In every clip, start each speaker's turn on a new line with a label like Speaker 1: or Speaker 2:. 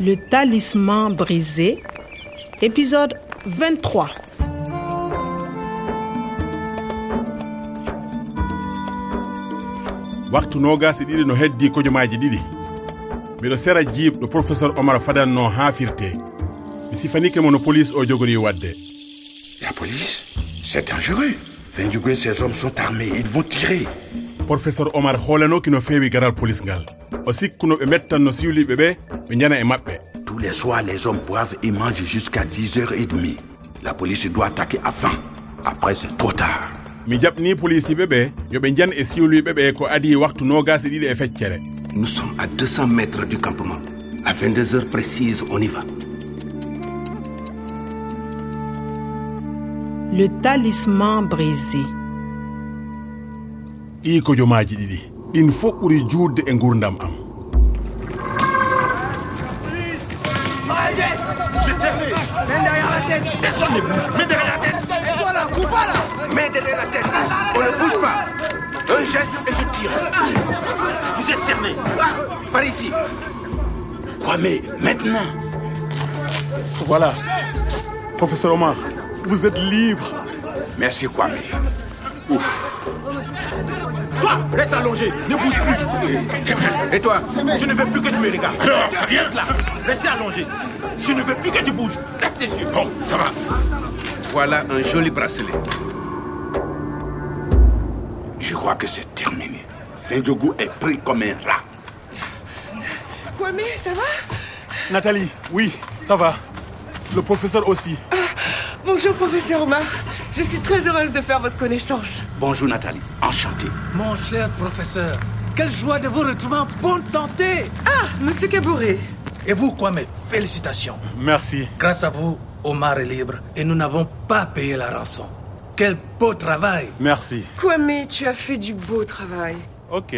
Speaker 1: Le talisman brisé, épisode 23.
Speaker 2: waktu nogas e ɗiɗi no heddi kojomaji ɗiɗi mbiɗo sera jiibɗo professeur omar fadanno haafirte mi sifanike mo no police o jogori wadde
Speaker 3: La police C'est dangereux. Vindugue et ses hommes sont armés. Ils vont tirer.
Speaker 2: professeur omar hoolanoki no feewi garal police ngal o sikkuno ɓe mettanno siwliɓe ɓe ɓe jana e maɓɓe
Speaker 3: Tous les soirs, les hommes boivent et mangent jusqu'à 10h30. La police doit attaquer avant. Après, c'est trop tard.
Speaker 2: mi jaɓni policiɓe ɓe yoɓe jan e siwliɓe ɓe ko adi waktu nogas e ɗiɗi e feccere
Speaker 4: Nous sommes à 200 mètres du campement. À 22 heures précises, on y va.
Speaker 1: Le talisman brisé.
Speaker 2: ɗi kojomaji ɗiɗi ɗin fof ɓuri juutde e gurdam am
Speaker 3: Mets derrière la tête. On ne bouge pas. Un geste et je tire. Vous êtes cerné. Par ici. Kwame, maintenant.
Speaker 2: voilà professeur omar vous êtes libre
Speaker 3: Merci, Kwame.
Speaker 5: Toi, reste allongé, ne bouge plus.
Speaker 3: Et toi
Speaker 5: Je ne veux plus que tu me regardes. Reste là, restez allongé. Je ne veux plus que tu bouges. Reste tes yeux. Bon, ça va.
Speaker 3: Voilà un joli bracelet. Je crois que c'est terminé. Vendougou est pris comme un rat.
Speaker 6: Kwame, ça va
Speaker 2: nathalie oui ça va le professeur aussi
Speaker 6: Bonjour, professeur Omar. Je suis très heureuse de faire votre connaissance.
Speaker 3: Bonjour Nathalie, enchanté.
Speaker 7: Mon cher professeur, quelle joie de vous retrouver en bonne santé
Speaker 6: Ah, monsieur Kabouré.
Speaker 7: Et vous, quoi, mes félicitations.
Speaker 2: merci
Speaker 7: Grâce à vous, Omar est libre et nous n'avons pas payé la rançon. Quel beau travail
Speaker 2: merci
Speaker 6: Kwame, tu as fait du beau travail.
Speaker 2: ok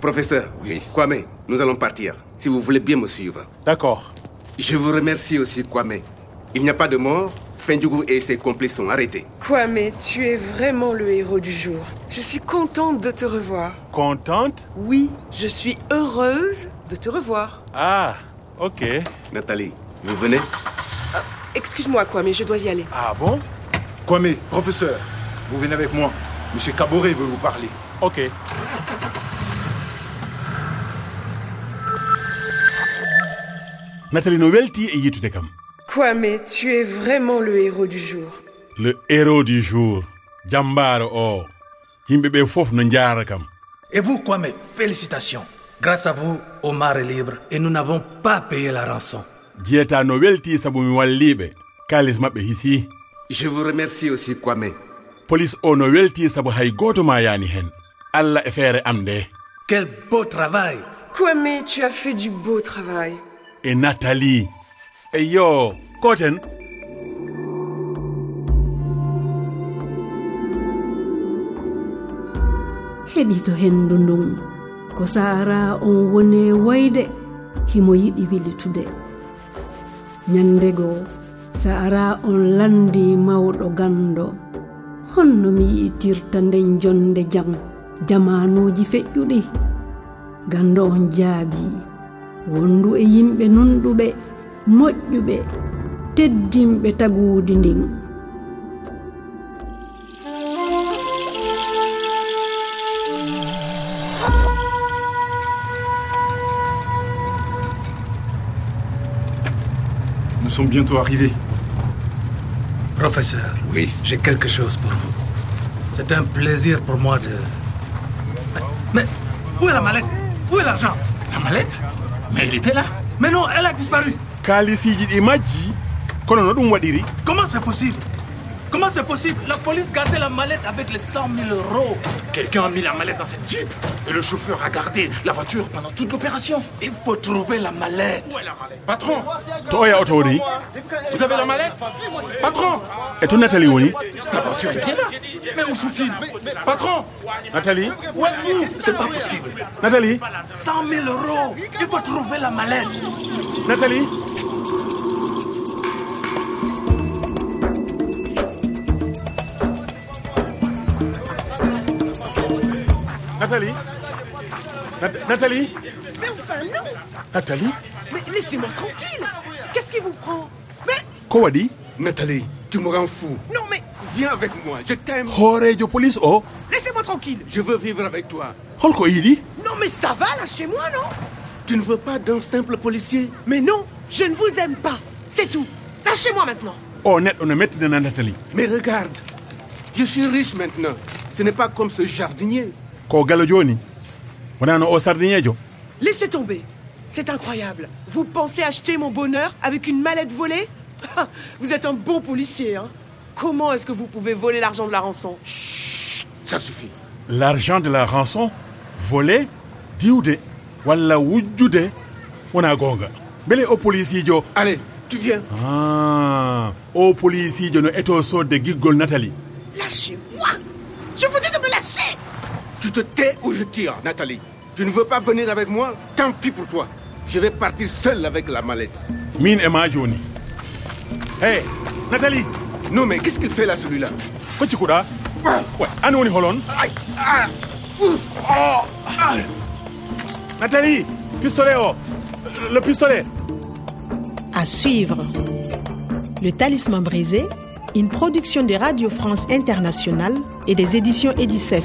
Speaker 8: Professeur,
Speaker 3: Oui.
Speaker 8: Kwame, nous allons partir. Si vous voulez bien me suivre.
Speaker 2: d'accord
Speaker 8: Je vous remercie aussi, Kwame. Il n'y a pas de mort. Fendjougou et ses complices sont arrêtés.
Speaker 6: Kwame, tu es vraiment le héros du jour. Je suis contente de te revoir.
Speaker 2: contente
Speaker 6: Oui, je suis heureuse de te revoir.
Speaker 2: ah ok
Speaker 8: Nathalie, vous venez
Speaker 6: Excuse-moi, Kwame, je dois y aller.
Speaker 2: Ah bon
Speaker 9: Kwame, professeur, vous venez avec moi. Monsieur Caboret veut vous parler.
Speaker 2: Ok. Nathalie no welti e yittude kam
Speaker 6: Kwame, tu es vraiment le héros du jour.
Speaker 2: le héros du jour jambaaro o yimɓe ɓe fof no jaara kam
Speaker 7: Et vous, quoi, mes félicitations. Grâce à vous, Omar est libre et nous n'avons pas payé la rançon.
Speaker 2: jiyata no welti sabu mi walliɓe kalis maɓɓe hisi
Speaker 8: Je vous remercie aussi, Kwame.
Speaker 2: police o no welti sabu hay goto ma yani hen allah e feere am nde
Speaker 7: Quel beau travail
Speaker 6: Kwame, tu as fait du beau travail.
Speaker 2: e nathalie eyo goten
Speaker 10: heɗi to hendu ndun ko saara on woni e woyde himo yiɗi wilitude nyandego saara on landi mawɗo gando honno mi yi'itirta nden jonde jam jamanuji feƴƴuɗi gando on jaabi wondu e yimɓe nunɗuɓe moƴƴuɓe teddinɓe tagudi ndin
Speaker 9: Nous sommes bientôt arrivés.
Speaker 7: Professeur,
Speaker 3: Oui.
Speaker 7: j'ai quelque chose pour vous. C'est un plaisir pour moi de... Mais, mais où est la mallette Où est l'argent
Speaker 9: La mallette Mais elle était là.
Speaker 7: Mais non, elle a disparu.
Speaker 2: kalisiji ɗi majji kono no ɗum waɗiri
Speaker 7: Comment c'est possible Comment c'est possible La police gardait la mallette avec les 100 000 euros.
Speaker 5: Quelqu'un a mis la mallette dans cette jeep et le chauffeur a gardé la voiture pendant toute l'opération.
Speaker 7: Il faut trouver la mallette.
Speaker 9: Patron,
Speaker 2: to oya oto woni
Speaker 9: vous avez la mallette Patron,
Speaker 2: e to nathalie woni
Speaker 9: sa voiture est bien là. Mais où sont-ils Patron,
Speaker 2: nathalie
Speaker 7: Où êtes-vous C'est pas possible.
Speaker 2: nathalie
Speaker 7: 100 000 euros. Il faut trouver la mallette.
Speaker 2: Nathalie Nathalie Nat- Nathalie Nathalie
Speaker 6: Mais laissez-moi tranquille Qu'est-ce qui vous prend
Speaker 2: ko waɗi
Speaker 8: Nathalie, tu me rends fou.
Speaker 6: Non mais
Speaker 8: Viens avec moi, je t'aime.
Speaker 2: hoorejo police o
Speaker 6: laissez-moi tranquille
Speaker 8: Je veux vivre avec toi.
Speaker 2: holko yiɗi
Speaker 6: Non mais ça va lâchez-moi non
Speaker 8: Tu ne veux pas d'un simple policier
Speaker 6: Mais non, je ne vous aime pas. C'est tout. Lâchez-moi maintenant.
Speaker 2: o neɗɗo no mettidana natali
Speaker 8: Mais regarde, je suis riche maintenant. Ce n'est pas comme ce jardinier.
Speaker 2: ko galo joni wonano o sardiŋejo
Speaker 6: Laissez tomber. C'est incroyable. Vous pensez acheter mon bonheur avec une mallette volée Ah, Vous êtes un bon policier, hein Comment est-ce que vous pouvez voler l'argent de la rançon Chut,
Speaker 8: Ça suffit.
Speaker 2: l'argent de la rançon volé diwde walla wujjude wona gonga beele o police ijo
Speaker 8: Allez, tu viens.
Speaker 2: ah, o police ijo no eto sodde giggol natali
Speaker 6: Lâchez-moi Je vous dis de me lâcher
Speaker 8: Tu te tais ou je tire, Nathalie. Tu ne veux pas venir avec moi Tant pis pour toi. Je vais partir seul avec la mallette.
Speaker 2: min e ma joni hey natali
Speaker 8: Non, mais qu'est-ce qu'il fait là, celui-là
Speaker 2: ko cikkuɗa ouais, an woni holon
Speaker 8: Aïe ah, ouf, oh, ah.
Speaker 2: natali pistolet o le pistolet
Speaker 1: À suivre. Le Talisman brisé, une production de Radio France Internationale et des éditions Edicef.